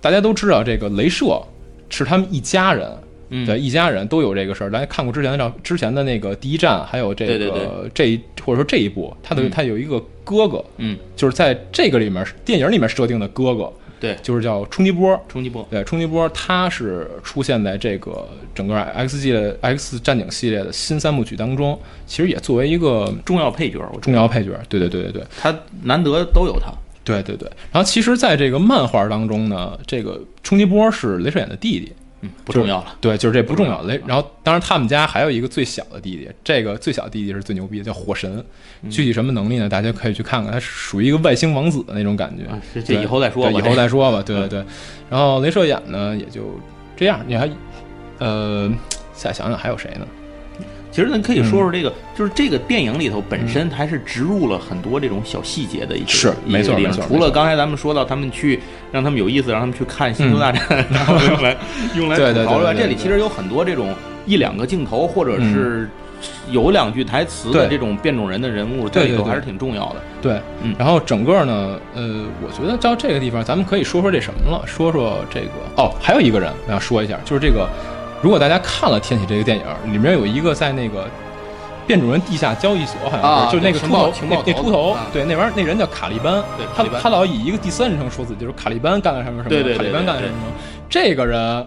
Speaker 1: 大家都知道，这个镭射是他们一家人，
Speaker 2: 嗯，
Speaker 1: 对，一家人都有这个事儿。大家看过之前的照，之前的那个第一站，还有这个
Speaker 2: 对对
Speaker 1: 这一或者说这一部，他的、
Speaker 2: 嗯
Speaker 1: 他有一个哥哥，
Speaker 2: 嗯，
Speaker 1: 就是在这个里面电影里面设定的哥哥，
Speaker 2: 对，
Speaker 1: 就是叫冲击波。
Speaker 2: 冲击波，
Speaker 1: 对，冲击波它是出现在这个整个 X 系列 X 战警系列的新三部曲当中，其实也作为一个
Speaker 2: 重要配角，我
Speaker 1: 重要配角。对对对对对
Speaker 2: 他难得都有他，
Speaker 1: 对对对。然后其实，在这个漫画当中呢，这个冲击波是镭射眼的弟弟。
Speaker 2: 嗯，不重要了，
Speaker 1: 对，就是这不重要。雷，然后当然他们家还有一个最小的弟弟，这个最小弟弟是最牛逼的，叫火神。
Speaker 2: 嗯
Speaker 1: 具体什么能力呢？大家可以去看看，他是属于一个外星王子的那种感觉
Speaker 2: 啊。这
Speaker 1: 对
Speaker 2: 这以后再说吧，
Speaker 1: 对以
Speaker 2: 这嗯
Speaker 1: 后再说吧。对对对。然后镭射眼呢，也就这样。你还，呃，再想想还有谁呢？
Speaker 2: 其实咱可以说说这
Speaker 1: 嗯
Speaker 2: 个，就是这个电影里头本身还是植入了很多这种小细节的一些
Speaker 1: 是
Speaker 2: 一些
Speaker 1: 没错
Speaker 2: 地方
Speaker 1: 没错
Speaker 2: 除了刚才咱们说到他们去让他们有意思，让他们去看《星球大战》 然后用来用来
Speaker 1: 嗯 对
Speaker 2: 吐
Speaker 1: 对
Speaker 2: 槽之外，
Speaker 1: 对对对
Speaker 2: 这里其实有很多这种一两个镜头或者是有两句台词
Speaker 1: 嗯
Speaker 2: 的
Speaker 1: 对
Speaker 2: 这种变种人的人物，
Speaker 1: 对对
Speaker 2: 这里头
Speaker 1: 对
Speaker 2: 还是挺重要的。
Speaker 1: 对，
Speaker 2: 嗯
Speaker 1: 然后整个呢，呃，我觉得到这个地方，咱们可以说说这什么了，说说这个哦，还有一个人我要说一下，就是这个，如果大家看了《天启》这个电影，里面有一个在那个变种人地下交易所，好像是，
Speaker 2: 啊
Speaker 1: 就是那个秃
Speaker 2: 对情报
Speaker 1: 头，
Speaker 2: 情
Speaker 1: 那
Speaker 2: 报
Speaker 1: 那
Speaker 2: 头
Speaker 1: 秃头，
Speaker 2: 啊
Speaker 1: 对，那玩意儿那人叫卡利班，
Speaker 2: 对
Speaker 1: 他
Speaker 2: 卡利班
Speaker 1: 他老以一个第三人称说自己，就是卡利班干了什么什么，
Speaker 2: 对对对
Speaker 1: 卡利班
Speaker 2: 对
Speaker 1: 干了
Speaker 2: 对
Speaker 1: 什么什么，这个人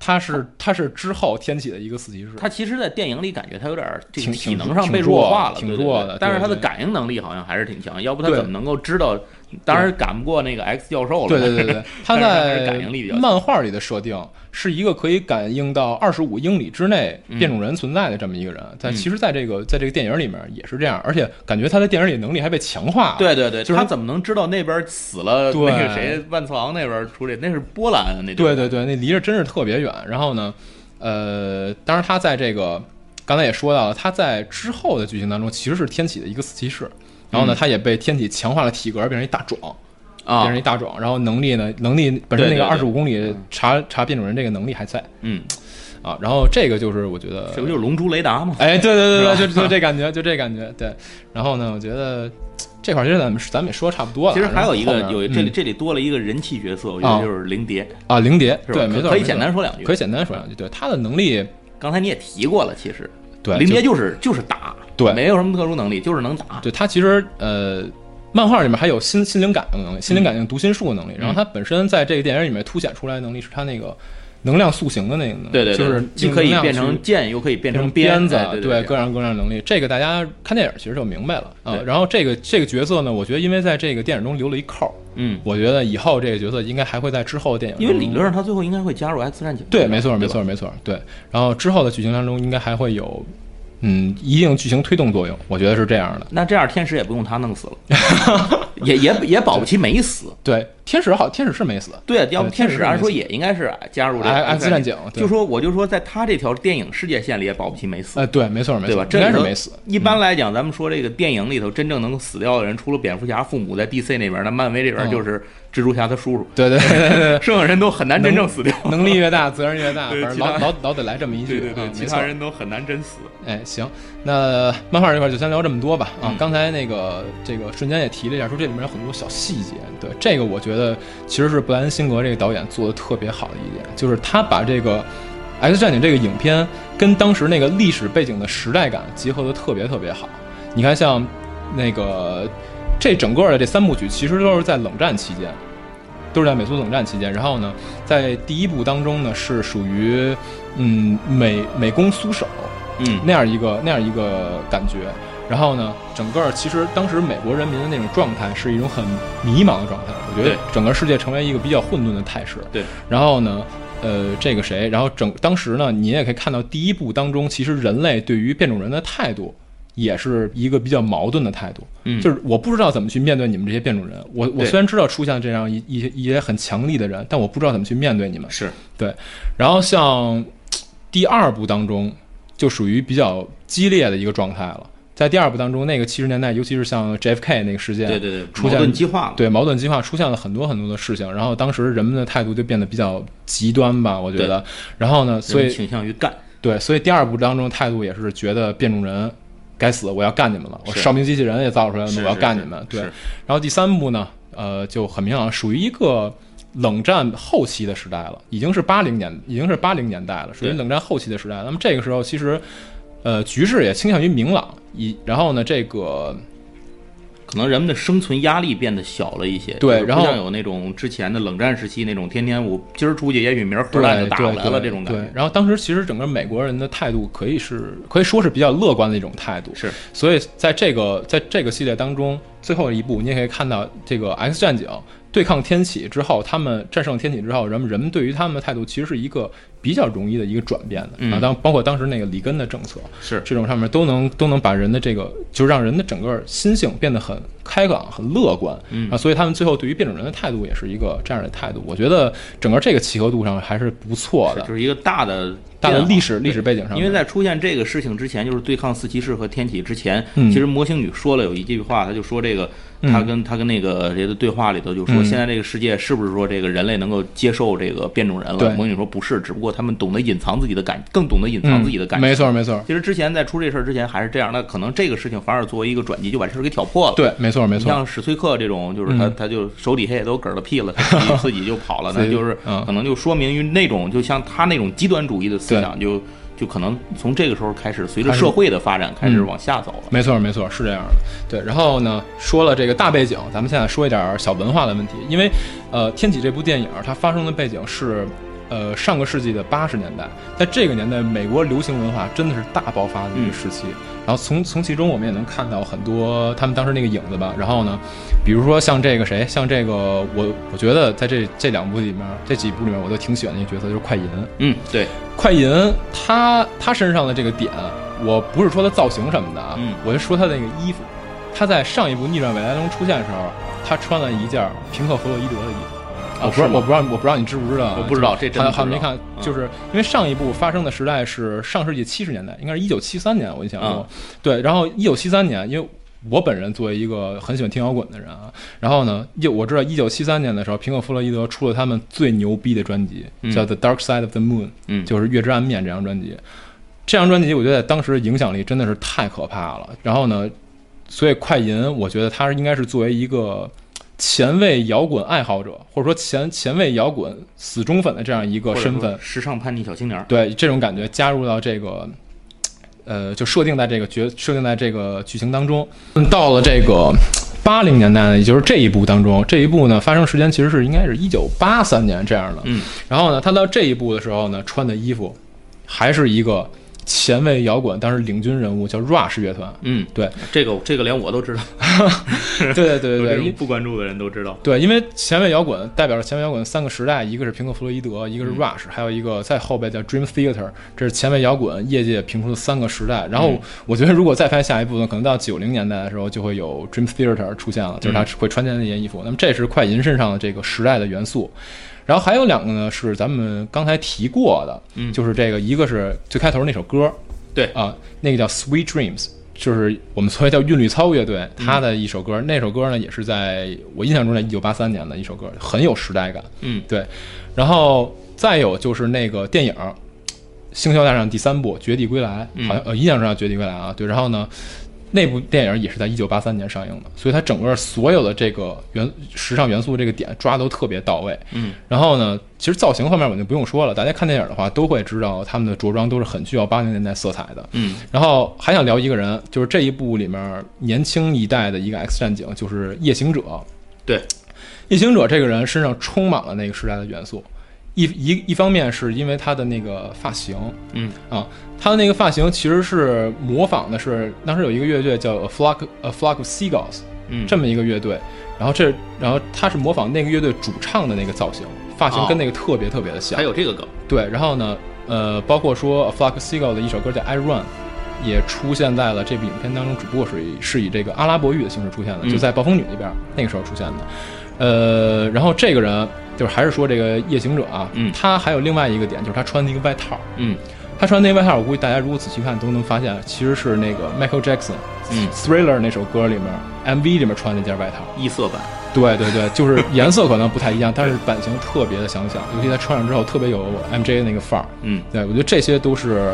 Speaker 1: 他是他是之后天启的一个司机师，
Speaker 2: 他其实，在电影里感觉他有点儿这个
Speaker 1: 挺
Speaker 2: 体
Speaker 1: 挺
Speaker 2: 能上被
Speaker 1: 挺弱
Speaker 2: 弱化了，
Speaker 1: 挺
Speaker 2: 对对
Speaker 1: 弱
Speaker 2: 对
Speaker 1: 的
Speaker 2: 但是
Speaker 1: 对
Speaker 2: 他的
Speaker 1: 对
Speaker 2: 感应能力好像还是挺强，要不他
Speaker 1: 对
Speaker 2: 怎么能够知道？当然赶不过那个 X 教授了，
Speaker 1: 对对对对，他
Speaker 2: 但是他还
Speaker 1: 在
Speaker 2: 是感应力比较强
Speaker 1: 漫画里的设定是一个可以感应到二十五英里之内
Speaker 2: 嗯
Speaker 1: 变种人存在的这么一个人，但
Speaker 2: 嗯
Speaker 1: 其实在这个在这个电影里面也是这样，而且感觉他在电影里能力还被强化了。
Speaker 2: 对对对，
Speaker 1: 就是
Speaker 2: 他怎么能知道那边死了
Speaker 1: 对
Speaker 2: 那个谁万次郎那边出来？那是波兰那地
Speaker 1: 对
Speaker 2: 方
Speaker 1: 对对，那离着真是特别远。然后呢，呃，当然他在这个刚才也说到了，他在之后的剧情当中其实是天启的一个四骑士，然后呢，
Speaker 2: 嗯
Speaker 1: 他也被天启强化了体格，变成一大壮。变成
Speaker 2: 啊
Speaker 1: 一，大壮，然后能力呢？能力本身那
Speaker 2: 对对嗯
Speaker 1: 个
Speaker 2: 对
Speaker 1: 二十五公里查查变种人这个能力还在
Speaker 2: 嗯，
Speaker 1: 啊。然后这个就是我觉得
Speaker 2: 这不就是龙珠雷达吗？
Speaker 1: 哎，对对对对，
Speaker 2: 是
Speaker 1: 就
Speaker 2: 吧
Speaker 1: 就这感觉，就这感觉，对。然后呢，我觉得这块儿其实咱们咱们也说差不多了。
Speaker 2: 其实还有一个
Speaker 1: 然后后面
Speaker 2: 有这里
Speaker 1: 哎嗯
Speaker 2: 这里多了一个人气角色，我觉
Speaker 1: 啊
Speaker 2: 得就是灵蝶，
Speaker 1: 啊，灵蝶，
Speaker 2: 是吧？
Speaker 1: 对，没错，
Speaker 2: 可
Speaker 1: 没
Speaker 2: 以
Speaker 1: 错
Speaker 2: 简单说两句
Speaker 1: 可。以简单说两句，对他的能力，
Speaker 2: 刚才你也提过了，其实
Speaker 1: 对
Speaker 2: 灵蝶
Speaker 1: 就
Speaker 2: 就是就是打，
Speaker 1: 对
Speaker 2: 没有什么特殊能力，就是能打。
Speaker 1: 对他其实呃。漫画里面还有心心灵感应能力、心灵感
Speaker 2: 嗯
Speaker 1: 应读心术的能力，然后他本身在这个电影里面凸显出来的能力是他那个能量塑形的那个能力，
Speaker 2: 对对，对
Speaker 1: 就是
Speaker 2: 既
Speaker 1: 用
Speaker 2: 可
Speaker 1: 能
Speaker 2: 以
Speaker 1: 量
Speaker 2: 变
Speaker 1: 去
Speaker 2: 成剑，又可以变
Speaker 1: 变成
Speaker 2: 鞭
Speaker 1: 子
Speaker 2: 哎，对对，
Speaker 1: 各样各样的能力，这个大家看电影其实就明白了啊
Speaker 2: 对。
Speaker 1: 然后这个这个角色呢，我觉得因为在这个电影中留了一扣儿，
Speaker 2: 嗯，
Speaker 1: 我觉得以后这个角色应该还会在之后的电影中，
Speaker 2: 因为理论上他最后应该会加入 X 战警。
Speaker 1: 对，没错，没
Speaker 2: 吧
Speaker 1: 错，没错，对。然后之后的剧情当中，应该还会有嗯一定剧情推动作用，我觉得是这样的。
Speaker 2: 那这样天使也不用他弄死了， 也也也保不齐没死。
Speaker 1: 对，天使好，天使是没死，
Speaker 2: 对，啊要不
Speaker 1: 对天
Speaker 2: 天
Speaker 1: 使
Speaker 2: 使按说也应该是加入这个
Speaker 1: X- X 战警对
Speaker 2: 就说我就说在他这条电影世界线里也保不齐没死，
Speaker 1: 呃，对，没错，没
Speaker 2: 对
Speaker 1: 错，
Speaker 2: 吧？
Speaker 1: 应
Speaker 2: 这
Speaker 1: 该
Speaker 2: 里
Speaker 1: 是
Speaker 2: 头
Speaker 1: 没死。嗯
Speaker 2: 一般来讲，咱们说这个电影里头真正能死掉的人，除了蝙蝠侠父母在 DC 那边，那漫威这边
Speaker 1: 嗯
Speaker 2: 就是蜘蛛侠他叔叔，
Speaker 1: 对对对对 对，
Speaker 2: 剩下人都很难真正死掉。
Speaker 1: 能嗯力越大责任越大，反
Speaker 2: 对
Speaker 1: 正
Speaker 2: 其他
Speaker 1: 老老老得来这么一句
Speaker 2: 对，对对
Speaker 1: 啊，
Speaker 2: 其
Speaker 1: 没错
Speaker 2: 他人都很难真死。
Speaker 1: 哎，行，那漫画这块就先聊这么多吧。啊，
Speaker 2: 嗯
Speaker 1: 刚才那个这个瞬间也提了一下，说这里面有很多小细节。对，这个我觉得其实是布莱恩辛格这个导演做的特别好的一点，就是他把这个《X 战警》这个影片跟当时那个历史背景的时代感结合的特别特别好。你看，像那个这整个的这三部曲，其实都是在冷战期间，都是在美苏冷战期间。然后呢，在第一部当中呢，是属于嗯美美工苏手。
Speaker 2: 嗯，
Speaker 1: 那样一个那样一个感觉。然后呢，整个其实当时美国人民的那种状态是一种很迷茫的状态，我觉得
Speaker 2: 对
Speaker 1: 整个世界成为一个比较混沌的态势。
Speaker 2: 对，
Speaker 1: 然后呢，呃，这个谁，然后整当时呢，你也可以看到第一部当中，其实人类对于变种人的态度也是一个比较矛盾的态度，
Speaker 2: 嗯
Speaker 1: 就是我不知道怎么去面对你们这些变种人。我我
Speaker 2: 对
Speaker 1: 虽然知道出现这样一一些一些很强力的人，但我不知道怎么去面对你们。
Speaker 2: 是
Speaker 1: 对，然后像第二部当中就属于比较激烈的一个状态了。在第二部当中，那个七十年代，尤其是像 JFK 那个事件，
Speaker 2: 对对对，
Speaker 1: 出
Speaker 2: 矛
Speaker 1: 现
Speaker 2: 盾激化了，
Speaker 1: 对矛盾激化出现了很多很多的事情，然后当时人们的态度就变得比较极端吧，我觉得。然后呢，所
Speaker 2: 人们
Speaker 1: 以
Speaker 2: 倾向于干，
Speaker 1: 对，所以第二部当中态度也是觉得变种人该死，我要干你们了，我
Speaker 2: 是
Speaker 1: 哨兵机器人也造出来了，
Speaker 2: 是
Speaker 1: 我要
Speaker 2: 是
Speaker 1: 干
Speaker 2: 是
Speaker 1: 你们。对，
Speaker 2: 是
Speaker 1: 然后第三部呢，呃，就很明显属于一个冷战后期的时代了，已经是八零年，已经是八零年代了，属于
Speaker 2: 对
Speaker 1: 冷战后期的时代。那么这个时候其实，呃，局势也倾向于明朗，以然后呢，这个
Speaker 2: 可能人们的生存压力变得小了一些，
Speaker 1: 对
Speaker 2: 就是不
Speaker 1: 然后
Speaker 2: 像有那种之前的冷战时期那种天天我今儿出去，也许明儿回
Speaker 1: 对
Speaker 2: 来
Speaker 1: 对
Speaker 2: 就打
Speaker 1: 对，
Speaker 2: 过来了这种感
Speaker 1: 对
Speaker 2: 觉，，
Speaker 1: 然后当时其实整个美国人的态度可以是可以说是比较乐观的一种态度，
Speaker 2: 是
Speaker 1: 所以在这个在这个系列当中，最后一部你也可以看到，这个 X 战警对抗天启之后，他们战胜天启之后，人们人们对于他们的态度其实是一个比较容易的一个转变的。
Speaker 2: 嗯
Speaker 1: 啊，当包括当时那个里根的政策，
Speaker 2: 是
Speaker 1: 这种上面都能都能把人的这个，就让人的整个心性变得很开朗、很乐观、
Speaker 2: 嗯
Speaker 1: 啊，所以他们最后对于变种人的态度也是一个这样的态度。我觉得整个这个契合度上还是不错的
Speaker 2: 是，就是一个大的
Speaker 1: 大的
Speaker 2: 变化
Speaker 1: 历史历史背景上面，
Speaker 2: 因为在出现这个事情之前，就是对抗四骑士和天启之前，
Speaker 1: 嗯
Speaker 2: 其实魔形女说了有一句话，她就说这个，
Speaker 1: 嗯
Speaker 2: 她跟她跟那个谁的对话里头就说，
Speaker 1: 嗯
Speaker 2: 现在这个世界是不是说这个人类能够接受这个变种人
Speaker 1: 对
Speaker 2: 了？魔形女说不是，只不过他们懂得隐藏自己的感，更懂得隐藏自己的感
Speaker 1: 嗯，
Speaker 2: 情。
Speaker 1: 没错没错，
Speaker 2: 其实之前在出这事儿之前还是这样，那可能这个事情反而作为一个转机，就把这事儿给挑破了。
Speaker 1: 对，没错没
Speaker 2: 你
Speaker 1: 错，
Speaker 2: 像史崔克这种，就是他、
Speaker 1: 嗯
Speaker 2: 他就手底下也都嗝了 屁了，他自己自己就跑了，
Speaker 1: 自己
Speaker 2: 那就是
Speaker 1: 嗯
Speaker 2: 可能就说明于那种就像他那种极端主义的思
Speaker 1: 嗯
Speaker 2: 想，就就可能从这个时候开始，随着社会的发展开始往下走了。
Speaker 1: 没错，没错，是这样的。对，然后呢，说了这个大背景，咱们现在说一点儿小文化的问题，因为，呃，《天启》这部电影它发生的背景是，呃，上个世纪的八十年代，在这个年代，美国流行文化真的是大爆发的一个时期。然后从从其中我们也能看到很多他们当时那个影子吧。然后呢，比如说像这个谁，像这个我，我觉得在这这两部里面，这几部里面，我都挺喜欢的一个角色就是快银。
Speaker 2: 嗯，对，
Speaker 1: 快银他他身上的这个点，我不是说他造型什么的啊，
Speaker 2: 嗯
Speaker 1: 我就说他那个衣服。他在上一部《逆转未来》中出现的时候，他穿了一件平克·弗洛伊德的衣服。
Speaker 2: 哦
Speaker 1: 我不知道，
Speaker 2: 是吗
Speaker 1: 我不知道，我不知道你知不知道啊？
Speaker 2: 我不知道这真的
Speaker 1: 好像
Speaker 2: 不
Speaker 1: 没
Speaker 2: 知道
Speaker 1: 看，就是啊因为上一部发生的时代是上世纪七十年代，应该是一九七三年，我印象中。
Speaker 2: 嗯
Speaker 1: 对，然后一九七三年，因为我本人作为一个很喜欢听摇滚的人啊，然后呢，一我知道一九七三年的时候，平克·弗洛伊德出了他们最牛逼的专辑，
Speaker 2: 嗯
Speaker 1: 叫《The Dark Side of the Moon》。
Speaker 2: 嗯，
Speaker 1: 就是《月之暗面》这张专辑。这张专辑我觉得在当时的影响力真的是太可怕了。然后呢，所以快银，我觉得他应该是作为一个前卫摇滚爱好者，或者说前前卫摇滚死忠粉的这样一个
Speaker 2: 或者
Speaker 1: 身
Speaker 2: 说
Speaker 1: 份，
Speaker 2: 时尚叛逆小青年儿。
Speaker 1: 对这种感觉加入到这个，呃，就设定在这个角设定在这个剧情当中。嗯，到了这个八零年代呢，也就是这一部当中，这一部呢发生时间其实是应该是一九八三年这样的。
Speaker 2: 嗯，
Speaker 1: 然后呢，他到这一步的时候呢，穿的衣服还是一个前卫摇滚当时领军人物叫 Rush 乐团。
Speaker 2: 嗯，
Speaker 1: 对，
Speaker 2: 这个这个连我都知道，
Speaker 1: 对 对 对
Speaker 2: 这
Speaker 1: 对
Speaker 2: 种
Speaker 1: 对。
Speaker 2: 不关注的人都知道。
Speaker 1: 对，因为前卫摇滚代表着前卫摇滚三个时代，一个是平克·弗洛伊德，一个是 Rush，、还有一个在后边叫 Dream Theater，这是前卫摇滚业界评出的三个时代。然后我觉得，如果再翻下一部分，可能到九零年代的时候就会有 Dream Theater 出现了，就是他会穿件那件衣服。那么这是快银身上的这个时代的元素。然后还有两个呢，是咱们刚才提过的，
Speaker 2: 嗯
Speaker 1: 就是这个，一个是最开头那首歌，
Speaker 2: 对
Speaker 1: 啊，那个叫 Sweet Dreams，就是我们所谓叫韵律操乐队，他的一首歌，那首歌呢也是在我印象中在一九八三年的一首歌，很有时代感。
Speaker 2: 嗯，
Speaker 1: 对，然后再有就是那个电影《星球大战》第三部《绝地归来》，好像呃印象中叫《绝地归来》啊，对，然后呢。那部电影也是在一九八三年上映的，所以它整个所有的这个元时尚元素这个点抓得都特别到位。
Speaker 2: 嗯，
Speaker 1: 然后呢，其实造型方面我就不用说了，大家看电影的话都会知道他们的着装都是很需要八零年代色彩的。
Speaker 2: 嗯，
Speaker 1: 然后还想聊一个人，就是这一部里面年轻一代的一个 X 战警，就是夜行者。
Speaker 2: 对，
Speaker 1: 夜行者这个人身上充满了那个时代的元素，一一一方面是因为他的那个发型
Speaker 2: 嗯
Speaker 1: 啊，他的那个发型其实是模仿的是当时有一个乐队叫 A Flock A Flock of Seagulls
Speaker 2: 嗯，
Speaker 1: 这么一个乐队，然后这然后他是模仿那个乐队主唱的那个造型，发型
Speaker 2: 哦
Speaker 1: 跟那个特别特别的像
Speaker 2: 还。有这个梗，
Speaker 1: 对，然后呢，呃，包括说 Flock Seagull 的一首歌叫《I Run》，也出现在了这部影片当中，只不过是以是以这个阿拉伯语的形式出现
Speaker 2: 嗯
Speaker 1: 的，就在《暴风女》那边那个时候出现的。呃，然后这个人就是还是说这个夜行者啊，
Speaker 2: 嗯
Speaker 1: 他还有另外一个点就是他穿的一个外套，
Speaker 2: 嗯
Speaker 1: 他穿那外套，我估计大家如果仔细看都能发现，其实是那个 Michael Jackson
Speaker 2: 嗯
Speaker 1: Thriller 那首歌里面 MV 里面穿那件外套。
Speaker 2: 异色版，
Speaker 1: 对对对，就是颜色可能不太一样，但是版型特别的相像，尤其他穿上之后特别有 MJ 那个范儿。
Speaker 2: 嗯
Speaker 1: 对，我觉得这些都是，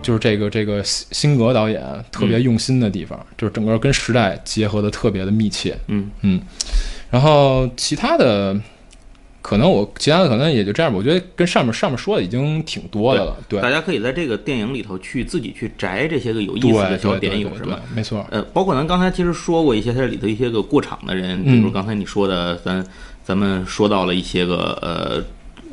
Speaker 1: 就是这个这个辛辛格导演特
Speaker 2: 嗯
Speaker 1: 别用心的地方，就是整个跟时代结合的特别的密切。
Speaker 2: 嗯
Speaker 1: 嗯，然后其他的，可能我其他的可能也就这样吧。我觉得跟上面上面说的已经挺多的了。对，
Speaker 2: 大家可以在这个电影里头去自己去摘这些个有意
Speaker 1: 对
Speaker 2: 思的小
Speaker 1: 对
Speaker 2: 点
Speaker 1: 对
Speaker 2: 有
Speaker 1: 对
Speaker 2: 什
Speaker 1: 对
Speaker 2: 么。
Speaker 1: 没错。
Speaker 2: 呃，包括咱刚才其实说过一些它里头一些个过场的人，
Speaker 1: 嗯
Speaker 2: 比如刚才你说的，咱咱们说到了一些个呃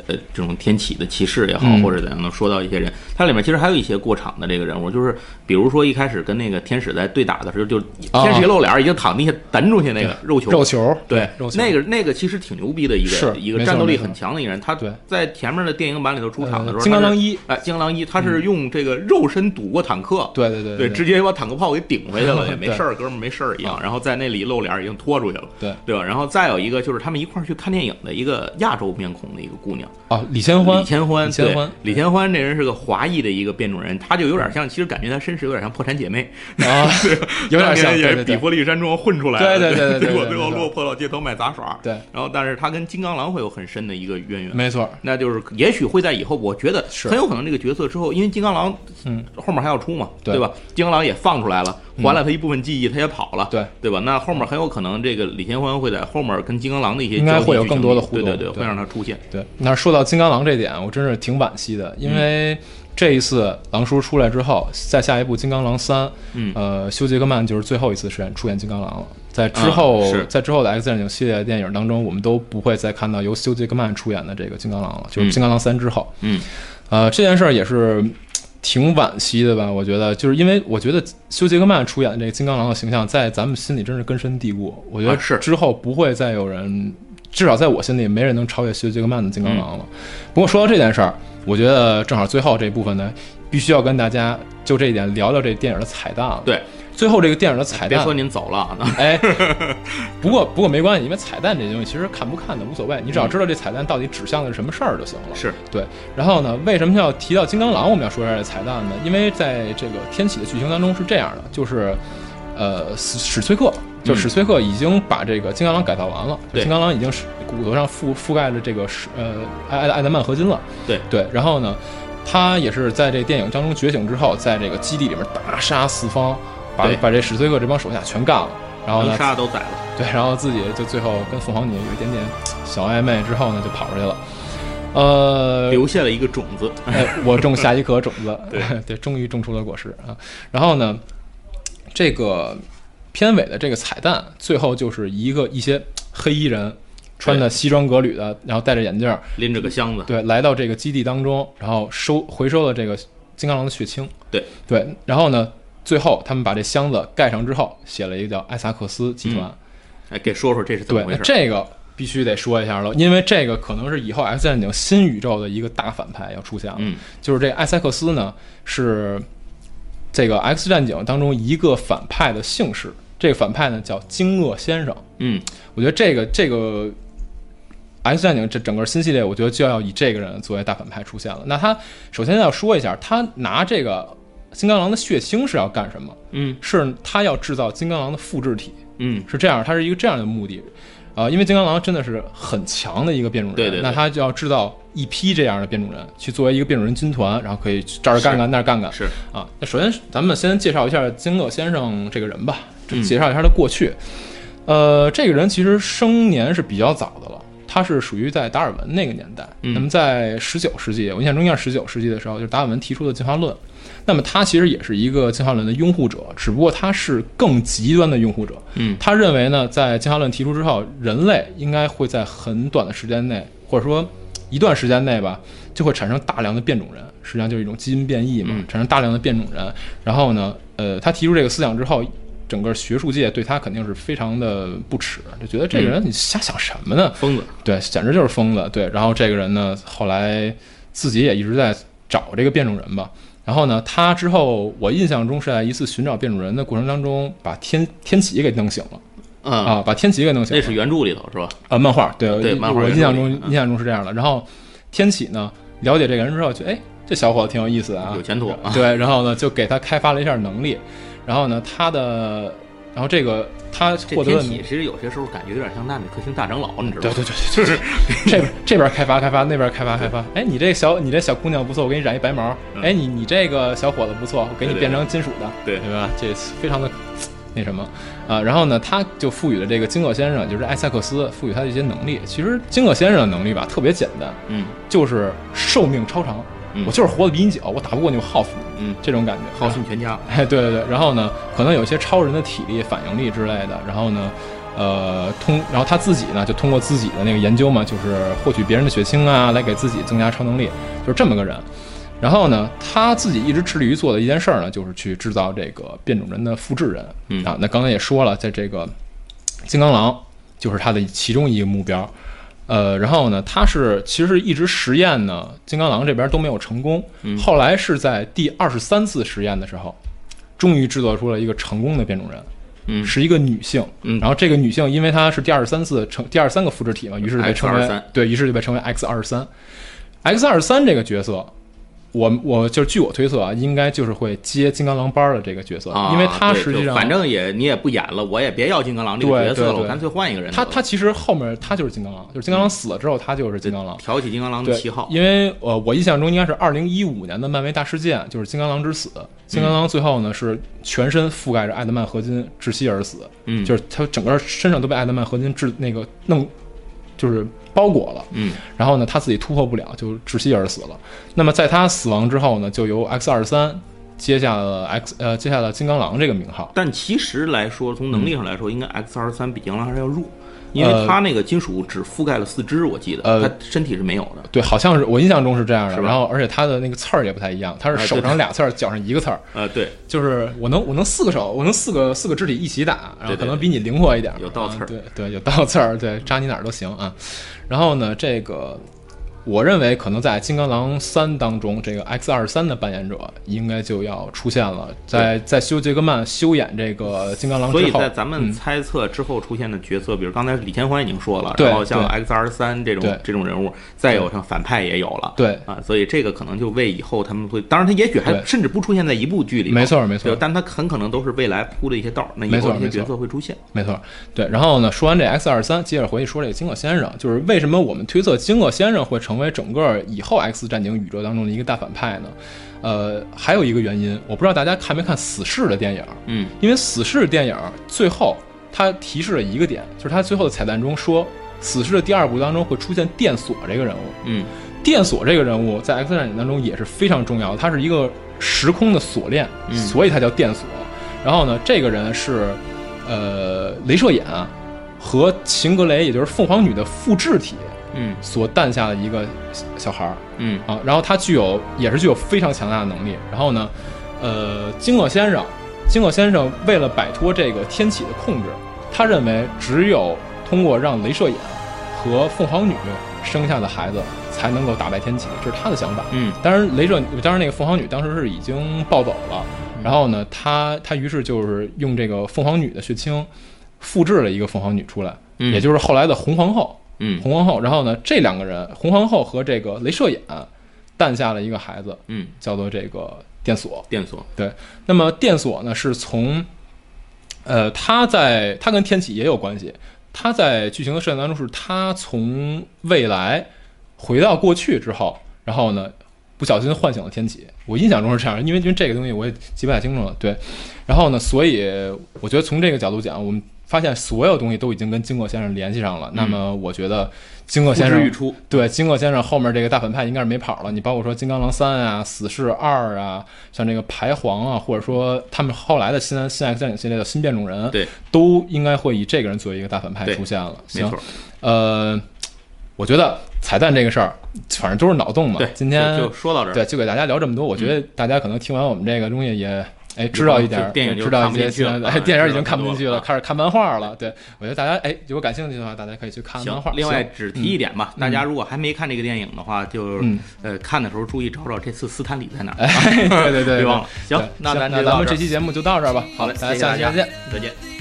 Speaker 2: 呃这种天启的骑士也好，
Speaker 1: 嗯
Speaker 2: 或者咱能说到一些人，它里面其实还有一些过场的这个人物，就是比如说一开始跟那个天使在对打的时候，就
Speaker 1: 啊
Speaker 2: 天使一露脸儿已经躺地下弹出去那个肉球，
Speaker 1: 肉球，
Speaker 2: 对，
Speaker 1: 肉球
Speaker 2: 那个那个其实挺牛逼的一
Speaker 1: 是
Speaker 2: 个一个
Speaker 1: 没错
Speaker 2: 战斗力
Speaker 1: 没错
Speaker 2: 很强的一个人，他
Speaker 1: 对
Speaker 2: 在前面的电影版里头出场的时候，
Speaker 1: 呃金刚
Speaker 2: 他是
Speaker 1: 狼一，嗯
Speaker 2: 哎，金刚狼一，他是用这个肉身堵过坦克，
Speaker 1: 对对对
Speaker 2: 对，直接把坦克炮给顶回 去了，也没
Speaker 1: 对啊
Speaker 2: 事儿，哥们儿没事儿一样。然后在那里露脸，已经拖出去了，
Speaker 1: 对
Speaker 2: 对吧？然后再有一个就是他们一块儿去看电影的一个亚洲面孔的一个姑娘，
Speaker 1: 哦，李千欢，
Speaker 2: 李千欢，
Speaker 1: 李千欢
Speaker 2: 对，李千欢这人是个华裔的一个变种人，他就有点像，其实感觉他身世有点像破产姐妹，
Speaker 1: 啊，有点像
Speaker 2: 当年也
Speaker 1: 对对
Speaker 2: 是比
Speaker 1: 对
Speaker 2: 佛利山庄混出来的，
Speaker 1: 对对对对对
Speaker 2: 结果
Speaker 1: 对
Speaker 2: 最后
Speaker 1: 没错
Speaker 2: 落魄到街头卖杂耍。
Speaker 1: 对
Speaker 2: 然后但是他跟金刚狼会有很深的一个渊源。
Speaker 1: 没错，
Speaker 2: 那就是，也许会在以后，我觉得
Speaker 1: 是
Speaker 2: 很有可能这个角色之后，因为金刚狼，
Speaker 1: 嗯，
Speaker 2: 后面还要出嘛，
Speaker 1: 对嗯
Speaker 2: 对吧？金刚狼也放出来了，还了他一部分记忆，他也跑了，
Speaker 1: 对
Speaker 2: 对吧？那后面很有可能这个李天欢会在后面跟金刚狼的一些
Speaker 1: 应该
Speaker 2: 交替
Speaker 1: 会有
Speaker 2: 剧
Speaker 1: 更
Speaker 2: 情
Speaker 1: 多的
Speaker 2: 里
Speaker 1: 互动
Speaker 2: 对对，
Speaker 1: 对
Speaker 2: 会让他出现。
Speaker 1: 对，那说到金刚狼这点，我真是挺惋惜的，因为这一次狼叔出来之后，再下一部《金刚狼三》，
Speaker 2: 嗯
Speaker 1: 呃，休·杰克曼就是最后一次出演出演金刚狼了。在之后，
Speaker 2: 啊是
Speaker 1: 在之后的 X 战警系列电影当中，我们都不会再看到由休·杰克曼出演的这个金刚狼了，就是
Speaker 2: 嗯
Speaker 1: 《金刚狼三》之后。
Speaker 2: 嗯
Speaker 1: 呃，这件事儿也是嗯挺惋惜的吧？我觉得，就是因为我觉得休·杰克曼出演的这个金刚狼的形象，在咱们心里真是根深蒂固。我觉得
Speaker 2: 啊是
Speaker 1: 之后不会再有人，至少在我心里，没人能超越休·杰克曼的金刚狼了。不过说到这件事儿，我觉得正好最后这部分呢，必须要跟大家就这一点聊聊这电影的彩蛋了。，
Speaker 2: 对，
Speaker 1: 最后这个电影的彩
Speaker 2: 别
Speaker 1: 蛋
Speaker 2: 说，您走了啊，
Speaker 1: 哎，不过不过没关系，因为彩蛋这东西其实看不看的无所谓，你只要知道这彩蛋到底指向的是什么事儿就行了。
Speaker 2: 是
Speaker 1: 对，然后呢，为什么要提到金刚狼？我们要说一下这彩蛋呢？因为在这个天启的剧情当中是这样的，就是，呃，史史崔克，就
Speaker 2: 嗯
Speaker 1: 史崔克已经把这个金刚狼改造完了，就
Speaker 2: 对
Speaker 1: 金刚狼已经是骨头上覆覆盖了这个是呃艾艾艾德曼合金了，
Speaker 2: 对
Speaker 1: 对，然后呢，他也是在这电影当中觉醒之后，在这个基地里面大杀四方，把
Speaker 2: 对
Speaker 1: 把这史崔克这帮手下全干了，然后
Speaker 2: 能
Speaker 1: 呢，
Speaker 2: 杀的都宰了，
Speaker 1: 对，然后自己就最后跟凤凰女有一点点小暧昧之后呢，就跑出去了。呃，
Speaker 2: 留下了一个种子。
Speaker 1: 哎，我种下一颗种子，
Speaker 2: 对
Speaker 1: 终于种出了果实啊。然后呢，这个片尾的这个彩蛋，最后就是一个一些黑衣人穿的西装革履的，然后戴着眼镜儿，
Speaker 2: 拎着个箱子，
Speaker 1: 对，来到这个基地当中，然后收回收了这个金刚狼的血清，
Speaker 2: 对
Speaker 1: 对，然后呢，最后他们把这箱子盖上之后，写了一个叫艾萨克斯集团，
Speaker 2: 哎，给说说这是怎么
Speaker 1: 对
Speaker 2: 回，事？
Speaker 1: 这个。必须得说一下了，因为这个可能是以后 X 战警新宇宙的一个大反派要出现了。
Speaker 2: 嗯
Speaker 1: 就是这艾塞克斯呢是这个 X 战警当中一个反派的姓氏，这个反派呢叫惊愕先生。
Speaker 2: 嗯，
Speaker 1: 我觉得这个这个 X 战警这整个新系列，我觉得就要以这个人作为大反派出现了。那他首先要说一下，他拿这个金刚狼的血清是要干什么？
Speaker 2: 嗯
Speaker 1: 是他要制造金刚狼的复制体，
Speaker 2: 嗯，
Speaker 1: 是这样，它是一个这样的目的。啊、因为金刚狼真的是很强的一个变种人，
Speaker 2: 对对对
Speaker 1: 那他就要制造一批这样的变种人，去作为一个变种人军团，然后可以这儿干干那儿干干
Speaker 2: 是
Speaker 1: 啊。那首先是咱们先介绍一下金乐先生这个人吧，就
Speaker 2: 嗯
Speaker 1: 介绍一下他的过去。呃，这个人其实生年是比较早的了，他是属于在达尔文那个年代。
Speaker 2: 嗯
Speaker 1: 那么在十九世纪，我印象中应该是十九世纪的时候，就是达尔文提出的进化论。那么他其实也是一个进化论的拥护者，只不过他是更极端的拥护者。
Speaker 2: 嗯
Speaker 1: 他认为呢，在进化论提出之后，人类应该会在很短的时间内，或者说一段时间内吧，就会产生大量的变种人，实际上就是一种基因变异嘛，
Speaker 2: 嗯
Speaker 1: 产生大量的变种人。然后呢，呃，他提出这个思想之后，整个学术界对他肯定是非常的不耻，就觉得这个
Speaker 2: 嗯
Speaker 1: 人你瞎想什么呢？
Speaker 2: 疯子，
Speaker 1: 对，简直就是疯子。对，然后这个人呢，后来自己也一直在找这个变种人吧。然后呢，他之后我印象中是在一次寻找变种人的过程当中，把天天启给弄醒了
Speaker 2: 嗯，
Speaker 1: 啊，把天启给弄醒
Speaker 2: 那
Speaker 1: 了。
Speaker 2: 是原著里头是吧？
Speaker 1: 啊，漫画对
Speaker 2: 对漫画
Speaker 1: 我
Speaker 2: 原
Speaker 1: 印象
Speaker 2: 著
Speaker 1: 中
Speaker 2: 里嗯
Speaker 1: 印象中是这样的。然后天启呢，了解这个人之后，就哎，这小伙子挺有意思的啊，
Speaker 2: 有前途啊
Speaker 1: 对，然后呢，就给他开发了一下能力，然后呢，他的，然后这个他
Speaker 2: 这
Speaker 1: 获得
Speaker 2: 天
Speaker 1: 的
Speaker 2: 启
Speaker 1: 能。
Speaker 2: 其实有些时候感觉有点像纳米克星大长老，你知道
Speaker 1: 对
Speaker 2: 吗？
Speaker 1: 对对对，就是这边这边开发开发，那边开发开发。哎，你这小你这小姑娘不错，我给你染一白毛。
Speaker 2: 嗯
Speaker 1: 哎，你你这个小伙子不错，我给你
Speaker 2: 对对
Speaker 1: 变成金属的，
Speaker 2: 对
Speaker 1: 对吧？这非常的那什么啊。然后呢，他就赋予了这个金鳄先生，就是艾塞克斯，赋予他的一些能力。其实金鳄先生的能力吧，特别简单，
Speaker 2: 嗯
Speaker 1: 就是寿命超长。
Speaker 2: 嗯
Speaker 1: 我就是活得比你久，我打不过你，我耗死你，
Speaker 2: 嗯，
Speaker 1: 这种感觉。
Speaker 2: 耗尽全家。
Speaker 1: 哎，对对对，然后呢，可能有一些超人的体力、反应力之类的，然后呢，呃，通，然后他自己呢，就通过自己的那个研究嘛，就是获取别人的血清啊，来给自己增加超能力，就是这么个人。然后呢，他自己一直致力于做的一件事儿呢，就是去制造这个变种人的复制人、
Speaker 2: 嗯
Speaker 1: 啊。那刚才也说了，在这个金刚狼就是他的其中一个目标。呃，然后呢，他是其实一直实验呢，金刚狼这边都没有成功。
Speaker 2: 嗯
Speaker 1: 后来是在第二十三次实验的时候，终于制作出了一个成功的变种人，
Speaker 2: 嗯
Speaker 1: 是一个女性。
Speaker 2: 嗯
Speaker 1: 然后这个女性因为她是第二十三次成第二十三个复制体嘛，于是被称为
Speaker 2: X23
Speaker 1: 对，于是就被称为 X 二十三。X 二十三这个角色，我我就是据我推测啊，应该就是会接金刚狼班儿的这个角色，
Speaker 2: 啊，
Speaker 1: 因为她
Speaker 2: 对
Speaker 1: 实际
Speaker 2: 就
Speaker 1: 上
Speaker 2: 反正也你也不演了，我也别要金刚狼这个
Speaker 1: 对
Speaker 2: 角色
Speaker 1: 对
Speaker 2: 了，
Speaker 1: 对
Speaker 2: 我干脆换一个人得
Speaker 1: 他
Speaker 2: 了。
Speaker 1: 他其实后面他就是金刚狼，就是金刚狼死了之后，他就是金刚狼。
Speaker 2: 挑起金刚狼的
Speaker 1: 对
Speaker 2: 旗号，
Speaker 1: 因为呃，我印象中应该是二零一五年的漫威大事件，就是金刚狼之死。
Speaker 2: 嗯
Speaker 1: 金刚狼最后呢是全身覆盖着艾德曼合金窒息而死，
Speaker 2: 嗯，
Speaker 1: 就是是他整个身上都被艾德曼合金治那个弄，就是包裹了。
Speaker 2: 嗯
Speaker 1: 然后呢，他自己突破不了，就窒息而死了。那么在他死亡之后呢，就由 X 二三接下了 X 呃接下了金刚狼这个名号。
Speaker 2: 但其实来说，从能力上来说，应该 X 二三比银狼还是要弱，因为
Speaker 1: 呃
Speaker 2: 它那个金属只覆盖了四肢，我记得，
Speaker 1: 呃
Speaker 2: 它身体是没有的。
Speaker 1: 对，好像是我印象中是这样的。
Speaker 2: 是吧
Speaker 1: 然后，而且他的那个刺儿也不太一样，他是
Speaker 2: 哎
Speaker 1: 手
Speaker 2: 对
Speaker 1: 上俩刺儿，脚上一个刺儿。
Speaker 2: 呃，对，
Speaker 1: 就是我能我能四个手，我能四个四个肢体一起打，然后
Speaker 2: 对对
Speaker 1: 可能比你灵活一点，
Speaker 2: 有倒刺儿
Speaker 1: 啊对对，有倒刺儿，对，扎你哪儿都行啊。然后呢，这个我认为可能在《金刚狼三》当中，这个 X 二三的扮演者应该就要出现了，在在休杰克曼修演这个金刚狼
Speaker 2: 所
Speaker 1: 之
Speaker 2: 以
Speaker 1: 后嗯
Speaker 2: 在，咱们猜测之后出现的角色，比如刚才李千欢已经说了，
Speaker 1: 对
Speaker 2: 然后
Speaker 1: 对
Speaker 2: 像 X 二三这
Speaker 1: 对
Speaker 2: 种这种人物，再有像反派也有了，
Speaker 1: 对
Speaker 2: 啊，所以这个可能就为以后他们会，当然他也许还
Speaker 1: 对
Speaker 2: 甚至不出现在一部剧里，
Speaker 1: 没，错没错
Speaker 2: 对，，但他很可能都是未来铺的一些道儿，那以
Speaker 1: 没
Speaker 2: 后
Speaker 1: 错
Speaker 2: 这些
Speaker 1: 没错
Speaker 2: 角色会出现，
Speaker 1: 没错，对。然后呢，说完这 X 二三，接着回去说这个金鳄先生，就是为什么我们推测金鳄先生会成为整个以后 X 战警宇宙当中的一个大反派呢？呃，还有一个原因，我不知道大家看没看《死侍》的电影，
Speaker 2: 嗯，
Speaker 1: 因为《死侍》电影最后它提示了一个点，就是它最后的彩蛋中说，《死侍》的第二部当中会出现电索这个人物。
Speaker 2: 嗯，
Speaker 1: 电索这个人物在 X 战警当中也是非常重要的，它是一个时空的锁链，
Speaker 2: 嗯
Speaker 1: 所以它叫电索。然后呢，这个人是呃镭射眼和秦格雷，也就是凤凰女的复制体
Speaker 2: 嗯
Speaker 1: 所诞下的一个小孩儿
Speaker 2: 嗯
Speaker 1: 啊。然后他具有也是具有非常强大的能力。然后呢，呃，金鳄先生，金鳄先生为了摆脱这个天启的控制，他认为只有通过让镭射眼和凤凰女生下的孩子才能够打败天启，这是他的想法。
Speaker 2: 嗯
Speaker 1: 当然，镭射，当然那个凤凰女当时是已经暴走了，然后呢，他他于是就是用这个凤凰女的血清复制了一个凤凰女出来，
Speaker 2: 嗯
Speaker 1: 也就是后来的红皇后。
Speaker 2: 嗯
Speaker 1: 红皇后，然后呢，这两个人，红皇后和这个镭射眼诞下了一个孩子，
Speaker 2: 嗯，
Speaker 1: 叫做这个电索。
Speaker 2: 电索，
Speaker 1: 对，那么电索呢是从，呃，他在他跟天启也有关系，他在剧情的设定当中是他从未来回到过去之后，然后呢不小心唤醒了天启。我印象中是这样，因为因为这个东西我也记不太清楚了。对，然后呢，所以我觉得从这个角度讲，我们发现所有东西都已经跟金鳄先生联系上了。那么我觉得金鳄
Speaker 2: 呼
Speaker 1: 先
Speaker 2: 之
Speaker 1: 生
Speaker 2: 嗯欲出，
Speaker 1: 对，金鳄先生后面这个大反派应该是没跑了。你包括说《金刚狼三》啊，《死侍二》啊，像这个排皇啊，或者说他们后来的新新 X 战警系列的新变种人，
Speaker 2: 对，
Speaker 1: 都应该会以这个人作为一个大反派
Speaker 2: 对
Speaker 1: 出现了。
Speaker 2: 没
Speaker 1: 行
Speaker 2: 错，，
Speaker 1: 呃，我觉得彩蛋这个事儿，反正都是脑洞嘛。
Speaker 2: 对，
Speaker 1: 今天
Speaker 2: 就就说到这儿，嗯
Speaker 1: 对，就给大家聊这么多。我觉得大家可能听完我们这个东西也哎，知道一点
Speaker 2: 就
Speaker 1: 儿，
Speaker 2: 电影就
Speaker 1: 知道一
Speaker 2: 看不进
Speaker 1: 些
Speaker 2: 去
Speaker 1: 新
Speaker 2: 了
Speaker 1: 的，
Speaker 2: 啊
Speaker 1: 哎，电影已经
Speaker 2: 知道
Speaker 1: 看不
Speaker 2: 太
Speaker 1: 进
Speaker 2: 多
Speaker 1: 去
Speaker 2: 了
Speaker 1: 了，
Speaker 2: 啊
Speaker 1: 开始看漫画了。对我觉得大家哎，如果感兴趣的话，大家可以去看漫
Speaker 2: 行
Speaker 1: 画。，
Speaker 2: 另外
Speaker 1: 行，
Speaker 2: 只提一点吧，大家如果还没看这个电影的话，就
Speaker 1: 嗯
Speaker 2: 呃看的时候注意找找这次斯坦李在哪 儿，
Speaker 1: 哎，对对对，
Speaker 2: 别忘
Speaker 1: 对
Speaker 2: 了。行
Speaker 1: 对，
Speaker 2: 那咱
Speaker 1: 那
Speaker 2: 就
Speaker 1: 咱
Speaker 2: 到
Speaker 1: 们
Speaker 2: 这
Speaker 1: 这
Speaker 2: 儿
Speaker 1: 期节目就到这儿吧。好
Speaker 2: 好嘞
Speaker 1: 大家
Speaker 2: 谢谢
Speaker 1: 下
Speaker 2: 大
Speaker 1: 期
Speaker 2: 家
Speaker 1: 再见。
Speaker 2: 再见。